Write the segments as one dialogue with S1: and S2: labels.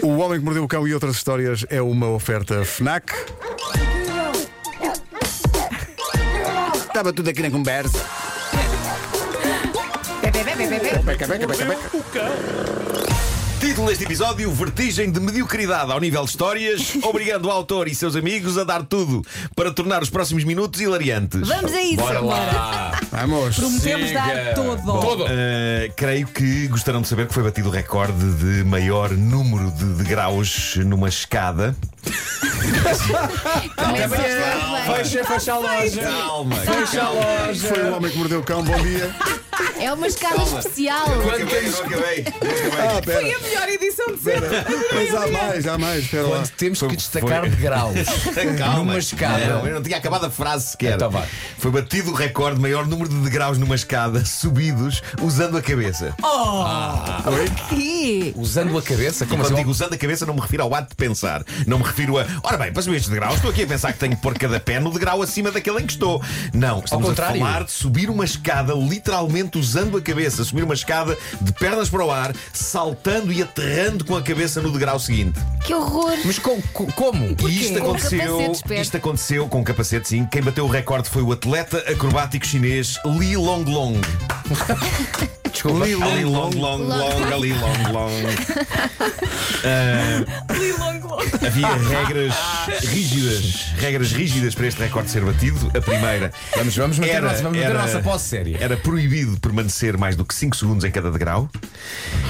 S1: O Homem que Mordeu o Cão e outras histórias é uma oferta FNAC. Estava tudo aqui na conversa. Beca, beca, beca, beca.
S2: Título deste episódio: Vertigem de mediocridade ao nível de histórias, obrigando o autor e seus amigos a dar tudo para tornar os próximos minutos hilariantes.
S3: Vamos a isso,
S2: Bora
S3: bora.
S2: lá!
S1: Vamos.
S3: Prometemos dar todo.
S2: Bom, eh, creio que gostaram de saber que foi batido o recorde de maior número de degraus numa escada.
S3: Começa bem.
S4: Fecha, fecha a loja.
S2: Calma!
S4: Fecha a loja.
S1: Foi o Homem que Mordeu o Cão, bom dia.
S3: É uma escala especial.
S2: Não acabei, não acabei.
S1: Ah, pera,
S5: Foi a melhor edição de sempre.
S1: mas há mais, há mais, espera lá.
S4: Quando temos que destacar degraus.
S2: Calma.
S4: Numa escada.
S2: Não, eu não tinha acabado a frase sequer.
S4: Então vá.
S2: Foi batido o recorde maior número de degraus numa escada subidos usando a cabeça. é?
S3: Ih,
S4: Usando a cabeça, como
S2: Quando
S4: assim?
S2: digo usando a cabeça, não me refiro ao ato de pensar. Não me refiro a. Ora bem, para subir estes degraus, estou aqui a pensar que tenho que pôr cada pé no degrau acima daquele em que estou. Não, estamos a
S4: contrário.
S2: falar de subir uma escada, literalmente usando a cabeça. Subir uma escada de pernas para o ar, saltando e aterrando com a cabeça no degrau seguinte.
S3: que horror.
S4: Mas com- com- como?
S2: E isto
S3: Com
S2: aconteceu,
S3: capacete, espero.
S2: isto aconteceu com um capacete, sim. Quem bateu o recorde foi o atleta acrobático chinês Li Longlong.
S4: Desculpa.
S2: Li Longlong, Long, Long, Li Longlong. Ah,
S5: Li longo, longo.
S2: Havia regras rígidas, regras rígidas para este recorde ser batido. A primeira
S4: Vamos, vamos manter, a
S2: era,
S4: nossa, vamos manter a
S2: era-
S4: nossa posse séria.
S2: era proibido permanecer mais do que 5 segundos em cada degrau.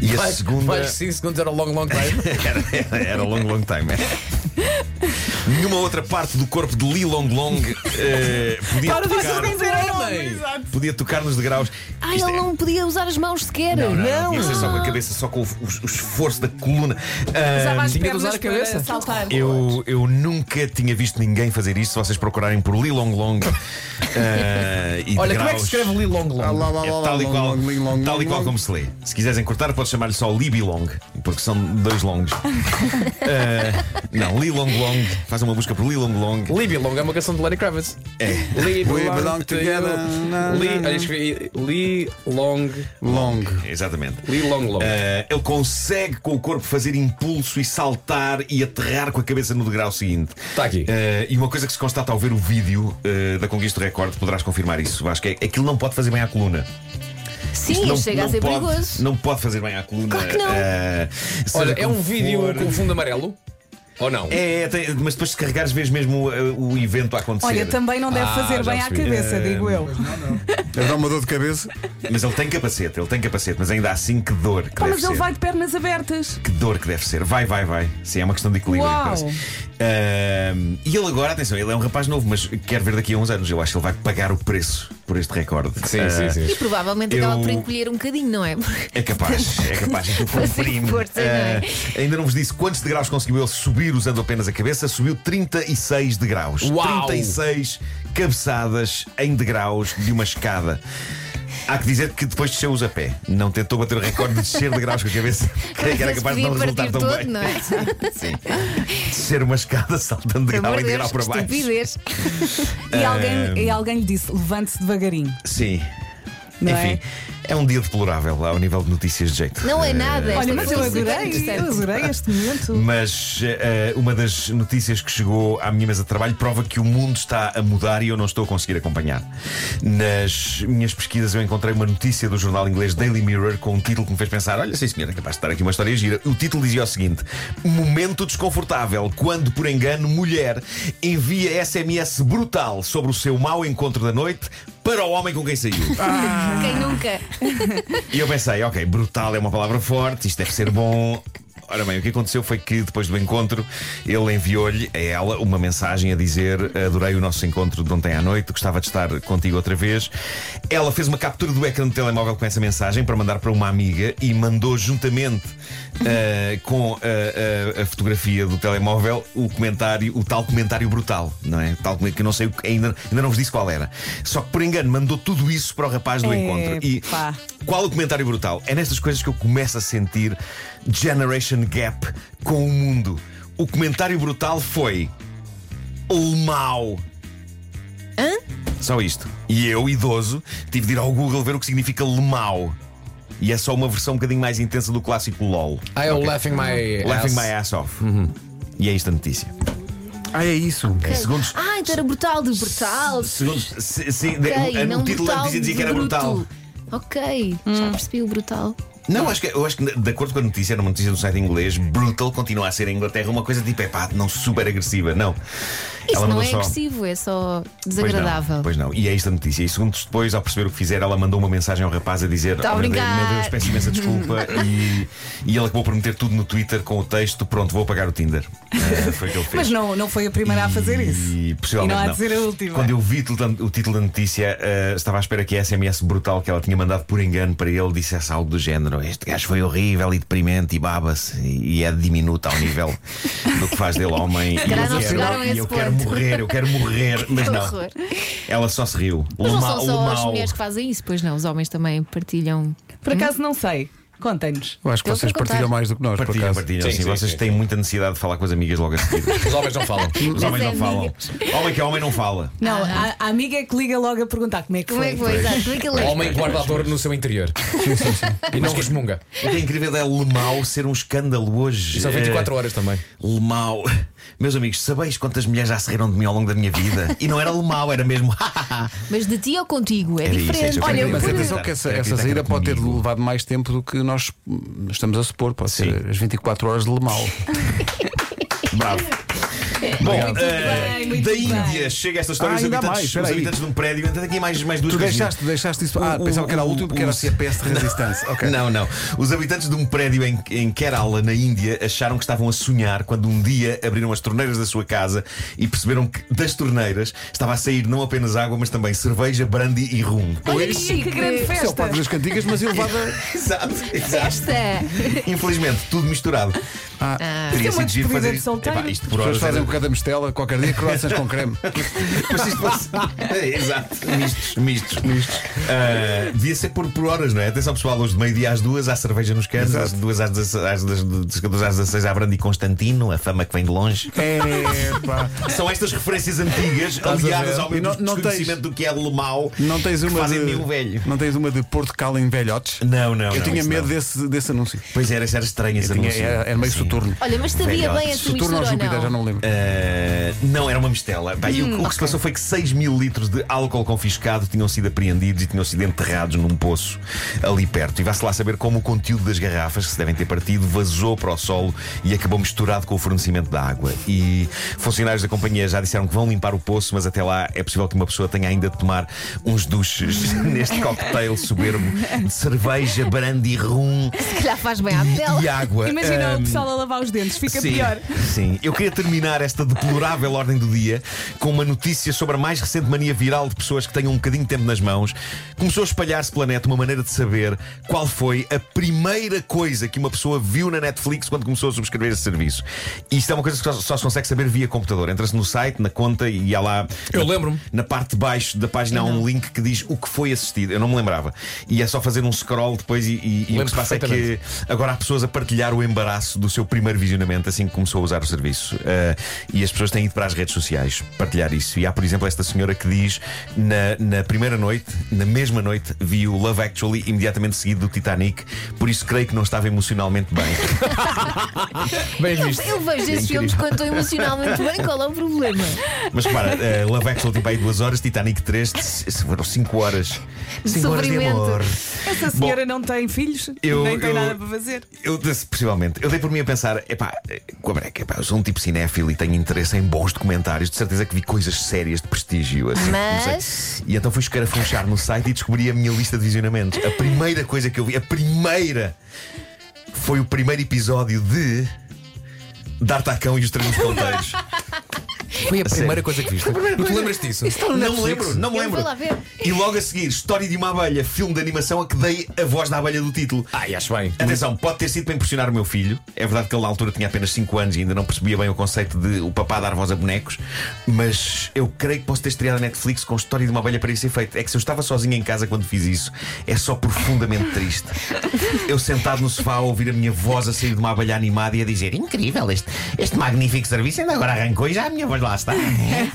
S2: E a
S4: Vai-
S2: segunda
S4: Vais 5 segundos era long, long time.
S2: era, era, era long, long time. é. Nenhuma outra parte do corpo de Li Long Long eh, podia,
S5: Para de
S2: tocar,
S5: dizer o nome.
S4: Homem.
S5: exato.
S2: podia tocar nos degraus.
S3: Ai,
S2: Isto
S3: ele
S2: é-
S3: não podia usar as mãos sequer.
S2: não, devia ser só com a cabeça, só com o, o- o esforço da coluna. Ah,
S5: Usava as
S4: Tinha de
S5: pernas
S4: usar a
S5: para
S4: cabeça.
S5: saltar.
S2: Eu, eu nunca tinha visto ninguém fazer isto. Se vocês procurarem por Li Long Long. eh, e
S4: Olha,
S2: degraus,
S4: como é que se escreve Li Long
S1: Ah, lá,
S4: Long?
S1: lá,
S2: É
S1: lá, lá,
S2: tal e
S1: long,
S2: qual,
S1: long, ling, long,
S2: tal e
S1: long,
S2: qual
S1: long.
S2: como se lhe. Se quiserem cortar, podes chamar-lhe só Libi Long, porque são dois longos. Eh, não, Li Long Long. Faz uma busca por Li Long Long.
S4: Libby Long é uma canção de Lenny Kravitz. É. Li
S1: We belong
S4: belong to you.
S1: together. Na,
S4: Li,
S1: na, na.
S4: olha, escrevi Li Long,
S1: Long.
S2: Exatamente.
S4: Li Long Long.
S2: Eh, ele consegue com o corpo fazer impulso e saltar e aterrar com a cabeça no degrau seguinte.
S4: Tá aqui.
S2: Eh, e uma coisa que se constata ao ver o vídeo eh, da conquista do recorde, poderás confirmar isso. Vasco, é que aquilo não pode fazer bem à coluna.
S3: Sim, chega a ser
S2: pode,
S3: perigoso.
S2: Não pode fazer bem à coluna.
S3: Claro que não.
S2: Eh, seja
S4: Olha, é um
S2: como
S4: vídeo
S2: for.
S4: com fundo amarelo? Ou não?
S2: É, é, tem- mas depois se carregares vês mesmo eh, o evento a acontecer.
S5: Olha, também não deve
S4: Ah,
S5: fazer
S4: já
S5: bem à
S4: percebi.
S5: cabeça,
S2: É,
S5: digo eu.
S1: Eu dou É uma dor de cabeça.
S2: Mas ele tem capacete, ele tem capacete, mas ainda assim que dor que
S5: Pá,
S2: deve
S5: mas ele
S2: ser.
S5: vai de pernas abertas.
S2: Que dor que deve ser. Vai, vai, vai. Sim, é uma questão de equilíbrio.
S5: Uau.
S2: parece. Ahm, e ele agora, atenção, ele é um rapaz novo, mas quero ver daqui a uns anos. Eu acho que ele vai pagar o preço por este recorde.
S4: Sim, sim,
S2: Ah,
S4: sim.
S3: E provavelmente acaba
S2: Eu-
S3: por encolher um bocadinho, não é?
S2: É capaz, é capaz. Aquilo foi um
S3: Fazer
S2: primo.
S3: força, não é?
S2: Ah, ainda não vos disse quantos degraus conseguiu ele subir usando apenas a cabeça. Subiu 36 degraus.
S4: Uau!
S2: 36 cabeçadas em degraus de uma escada. Há que dizer que depois desceu-os a pé. Não tentou bater o recorde de descer degraus com a cabeça. Creio que era
S3: Às vezes
S2: capaz de não
S3: podia
S2: resultar
S3: partir
S2: tão
S3: todo,
S2: bem.
S3: não é?
S2: Sim. Descer uma escada saltando
S3: Pelo
S2: degrau
S3: amor
S2: em
S3: de Deus,
S2: degrau para
S3: que
S2: baixo.
S3: estupidez.
S2: É.
S5: E alguém, e alguém lhe disse: levante-se devagarinho.
S2: Sim.
S5: Não é?
S2: Enfim, é? um dia deplorável ao nível de notícias de jeito.
S3: Não é nada. esta
S5: Olha, mas eu
S3: coisa super
S5: adorei, eu
S3: interessante.
S5: adorei este momento.
S2: Mas eh, uma das notícias que chegou à minha mesa de trabalho prova que o mundo está a mudar e eu não estou a conseguir acompanhar. Nas minhas pesquisas eu encontrei uma notícia do jornal inglês Daily Mirror com um título que me fez pensar: olha, sim senhor, é capaz de estar aqui uma história gira. O título dizia o seguinte: Momento desconfortável quando, por engano, mulher envia SMS brutal sobre o seu mau encontro da noite para o homem com quem saiu.
S5: ah.
S3: Quem nunca?
S2: E eu pensei, ok, brutal é uma palavra forte, isto deve ser bom. Ora bem, o que aconteceu foi que depois do encontro ele enviou-lhe a ela uma mensagem a dizer: Adorei o nosso encontro de ontem à noite, gostava de estar contigo outra vez. Ela fez uma captura do ecrã do telemóvel com essa mensagem para mandar para uma amiga e mandou juntamente eh, com eh, a, a- a fotografia do telemóvel o comentário, o tal comentário brutal, não é? Tal comentário que eu não sei, o que- ainda, ainda não vos disse qual era. Só que por engano mandou tudo isso para o rapaz do encontro. E
S5: Epá.
S2: qual o comentário brutal? É nestas coisas que eu começo a sentir Generation Gap com o mundo. O comentário brutal foi. Lemau. Hã? Só isto. E eu, idoso, tive de ir ao Google ver o que significa lemau. E é só uma versão um bocadinho mais intensa do clássico LOL.
S4: I am Ah, é laughing my
S2: Laughing
S4: ass.
S2: my ass off. E é esta notícia.
S1: Ah, é isso.
S2: Segundos.
S3: Ah, então era brutal de brutal.
S2: Segundos. se- Sim, de-
S3: Ok,
S2: é, o-
S3: não
S2: o título
S3: brutal
S2: dizia, dizia
S3: de
S2: que era
S3: bruto.
S2: brutal.
S3: Ok,
S5: Hum.
S3: já percebi o brutal.
S2: Não, acho que, é- eu acho que, de acordo com a notícia, era uma notícia do site inglês, brutal continua a ser em Inglaterra uma coisa tipo, é pá, não super agressiva. Não.
S3: Isso
S2: Ela
S3: não
S2: mandou
S3: é
S2: só-
S3: agressivo, é só
S2: Pois não,
S3: desagradável.
S2: Pois não, E é esta notícia. E segundos depois, ao perceber o que fizer, ela mandou uma mensagem ao rapaz a dizer:
S3: Tá
S2: "Oh,
S3: a
S2: meu, Deus,
S3: brincar."
S2: meu Deus, peço imensa desculpa. e, e ele acabou por meter tudo no Twitter com o texto: Pronto, vou apagar o Tinder. Ah, foi o que ele fez.
S5: Mas não, não foi a primeira a fazer isso.
S2: E possivelmente
S5: E não há
S2: não.
S5: de ser a última.
S2: Quando eu vi o título da- o título da notícia, eh, estava à espera que a SMS brutal que ela tinha mandado por engano para ele dissesse algo do género: Este gajo foi horrível e deprimente e baba-se e, e é diminuto ao nível do que faz dele homem. e eu
S3: calhar não
S2: quero-
S3: chegaram a
S2: e
S3: esse
S2: eu quero
S3: ponto.
S2: morrer, eu quero morrer. Mas
S3: Que
S2: não.
S3: horror.
S2: Ela só se riu.
S3: Mas não
S2: Lema-
S3: são só as
S2: Lemau.
S3: mulheres que fazem isso, pois não, os homens também partilham.
S5: Por acaso não sei. Contem-nos.
S1: Eu acho que
S3: Eu
S1: vocês
S3: vou contar.
S1: partilham mais do que nós, por
S2: Partilham,
S1: acaso.
S2: partilham.
S4: Sim,
S2: sim,
S4: sim,
S2: vocês
S4: sim,
S2: têm muita necessidade de falar com as amigas logo a seguir.
S4: Os homens não falam.
S2: Os homens não
S3: é
S2: falam. Homem que é homem não fala.
S5: Não, a, a amiga é que liga logo a perguntar como é que
S3: Ah, Como é
S5: foi.
S3: que foi? Exato, como é que ele
S4: O
S3: é?
S4: homem guarda a dor no seu interior. E não resmunga.
S2: O que é incrível é Lemau ser um escândalo hoje.
S4: E são 24
S2: Eh,
S4: horas também.
S2: Lemau. Meus amigos, sabeis quantas mulheres já se riram de mim ao longo da minha vida? E não era Lemau, era mesmo.
S3: Mas de ti ou contigo é
S2: Era isso, é
S3: diferente.
S2: isso,
S3: Olha,
S2: eu
S3: eu
S1: Mas
S2: Por-
S1: atenção que essa,
S2: Era
S1: essa
S2: acreditar que
S1: saída
S2: era
S1: pode ter
S2: comigo.
S1: levado mais tempo do que nós hum, estamos a supor. Pode ser
S2: Sim.
S1: as 24 horas de Lemau.
S2: Bravo. Bom, eh,
S5: bem, muito
S2: da
S5: bem.
S2: Índia chega esta história.
S1: Ah,
S2: os
S1: ainda
S2: habitantes,
S1: mais,
S2: os
S1: espera aí.
S2: habitantes de um prédio. Entra aqui mais, mais duas
S1: Tu
S2: coisinhas.
S1: deixaste, deixaste isso. Ah,
S2: O-
S1: pensava
S2: o-
S1: que era a última porque era a
S2: o-
S1: CPS de Resistance. Ok.
S2: Não, não. Os habitantes de um prédio em, em Kerala, na Índia, acharam que estavam a sonhar quando um dia abriram as torneiras da sua casa e perceberam que das torneiras estava a sair não apenas água, mas também cerveja, brandy e rum.
S3: olha que
S5: Ih,
S3: chique.
S5: que grande
S1: Isso é o
S5: festa.
S1: quadro das cantigas, mas elevada.
S2: Exato, exato.
S3: Festa!
S2: Infelizmente, tudo misturado.
S1: Ah.
S2: Teria
S5: Isso é uma
S2: sido giro
S5: despedida
S2: fazer
S5: de solteiro.
S2: Epá, isto por
S1: As pessoas
S2: horas era-
S1: fazem um bocado da mistela, qualquer dia, croissants com creme.
S2: Mas se isto fosse- Exato, mistos, mistos, mistos. Ah, devia ser por, por horas, não é? Atenção pessoal, hoje de meio-dia às duas há cerveja nos canos, às duas às 16 às, das- das 14 às 16 há Brandi Constantino, a fama que vem de longe.
S1: É, pá.
S2: São estas referências antigas
S1: a
S2: aliadas
S1: ver?
S2: ao
S1: E
S2: meu
S1: não- não
S2: desconhecimento
S1: tens-
S2: do que é lemau
S1: Não tens
S2: que
S1: uma
S2: fazem de
S1: de.
S2: mim um velho.
S1: Não tens uma de Porto Cala em velhotes?
S2: Não, não,
S1: Eu
S2: não,
S1: tinha
S2: isso
S1: medo
S2: não.
S1: desse, desse anúncio.
S2: Pois era, era estranho esse
S1: Tinha-
S2: anúncio.
S1: era, era meio
S2: Sim.
S1: soturno.
S3: Olha, mas sabia
S2: Velhotes.
S3: bem essa
S1: Soturno
S3: mistura
S1: ou
S3: ou
S1: Júpiter, já
S3: não?
S1: não me lembro.
S2: Uh, não era uma mistela. Pá, e o,
S5: Hum,
S2: o que se passou foi que 6 mil litros de álcool confiscado tinham sido apreendidos e tinham sido enterrados num poço ali perto. E vá-se lá saber como o conteúdo das garrafas que se devem ter partido vazou para o solo e acabou misturado com o fornecimento da água. E funcionários da companhia já disseram que vão limpar o poço, mas até lá é possível que uma pessoa tenha ainda de tomar uns duches neste cocktail soberbo de cerveja, brandy, rum
S3: Se calhar faz bem à
S2: e, e
S3: pele.
S2: água. Eh,
S5: Imagina
S2: Ahm,
S5: o pessoal a lavar os dentes, fica
S2: Ehm, sim,
S5: pior.
S2: Sim, eu queria terminar esta deplorável ordem do dia com uma notícia sobre a mais recente mania viral de pessoas que tenham um bocadinho de tempo nas mãos. Começou a espalhar-se pela net uma maneira de saber qual foi a primeira coisa que uma pessoa viu na Netflix quando começou a subscrever esse serviço. E isto é uma coisa que só, só se consegue saber via computador. Entra-se no site, na conta e há lá.
S4: Eu lembro-me.
S2: Na parte de baixo da página há um link que diz o que foi assistido. Eu não me lembrava. E é só fazer um scroll depois e, e, e o que
S4: Lembro
S2: se passa é que
S4: perfeitamente.
S2: Agora há pessoas a partilhar o embaraço do seu primeiro visionamento assim que começou a usar o serviço. Ah, e as pessoas têm ido para as redes sociais partilhar isso. E há, por exemplo, esta senhora que diz: na, na primeira noite, na mesma noite, vi o Love Actually imediatamente seguido do Titanic, por isso creio que não estava emocionalmente bem.
S4: Bem
S3: Eu,
S4: visto.
S3: eu vejo esses filmes quando estou emocionalmente bem, qual é o problema?
S2: Mas para, Love Actually tipo aí duas horas, Titanic três, se- se foram cinco horas.
S3: De
S2: Cinco horas de
S3: sofrimento.
S2: amor.
S5: Essa
S2: Bom,
S5: senhora não tem filhos,
S2: eu-
S5: nem tem
S2: eu-
S5: nada para fazer.
S2: Eu disse, possivelmente, eu dei por mim a pensar, epá, eh, como é que epá, eu sou um tipo cinéfilo e tenho interesse em bons documentários, de certeza que vi coisas sérias de prestígio. Assim,
S3: Mas-
S2: não sei. E então fui escarafunchar no site e descobri a minha lista de visionamentos. A primeira coisa que eu vi, a primeira, foi o primeiro episódio de Dar Tacão e os Três Ponteiros.
S4: Foi a
S2: sério.
S4: primeira coisa que viste. Tu te lembras disso?
S2: Não me lembro, não me
S3: Eu
S2: lembro.
S3: vou lá ver.
S2: E logo a seguir, História de uma Abelha, filme de animação a que dei a voz da abelha do título.
S4: Ai, acho bem.
S2: Atenção, pode ter sido para impressionar o meu filho. É verdade que ele na altura tinha apenas 5 anos e ainda não percebia bem o conceito de o papá dar voz a bonecos, mas eu creio que posso ter estreado a Netflix com a história de uma abelha para esse efeito. É que se eu estava sozinho em casa quando fiz isso, é só profundamente triste. Eu sentado no sofá a ouvir a minha voz a sair de uma abelha animada e a dizer: Incrível, este, este magnífico serviço ainda agora arrancou e já a minha voz lá está.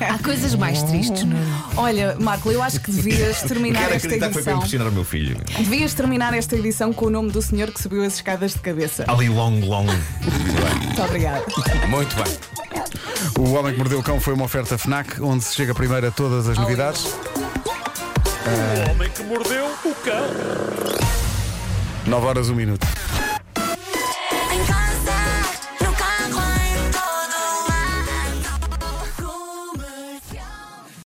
S3: Há coisas mais tristes, não é?
S5: Olha, Marco, eu acho que devias terminar
S2: Quero
S5: esta
S2: acreditar que foi para
S5: edição.
S2: impressionar o meu filho.
S5: Devias terminar esta edição com o nome do senhor que subiu as escadas de cabeça.
S2: Ali long, long.
S5: Muito obrigada.
S4: Muito bem.
S1: O Homem que Mordeu o Cão foi uma oferta FNAC, onde se chega primeiro a todas as novidades.
S6: O homem que mordeu o cão.
S1: 9 horas, 1 minuto.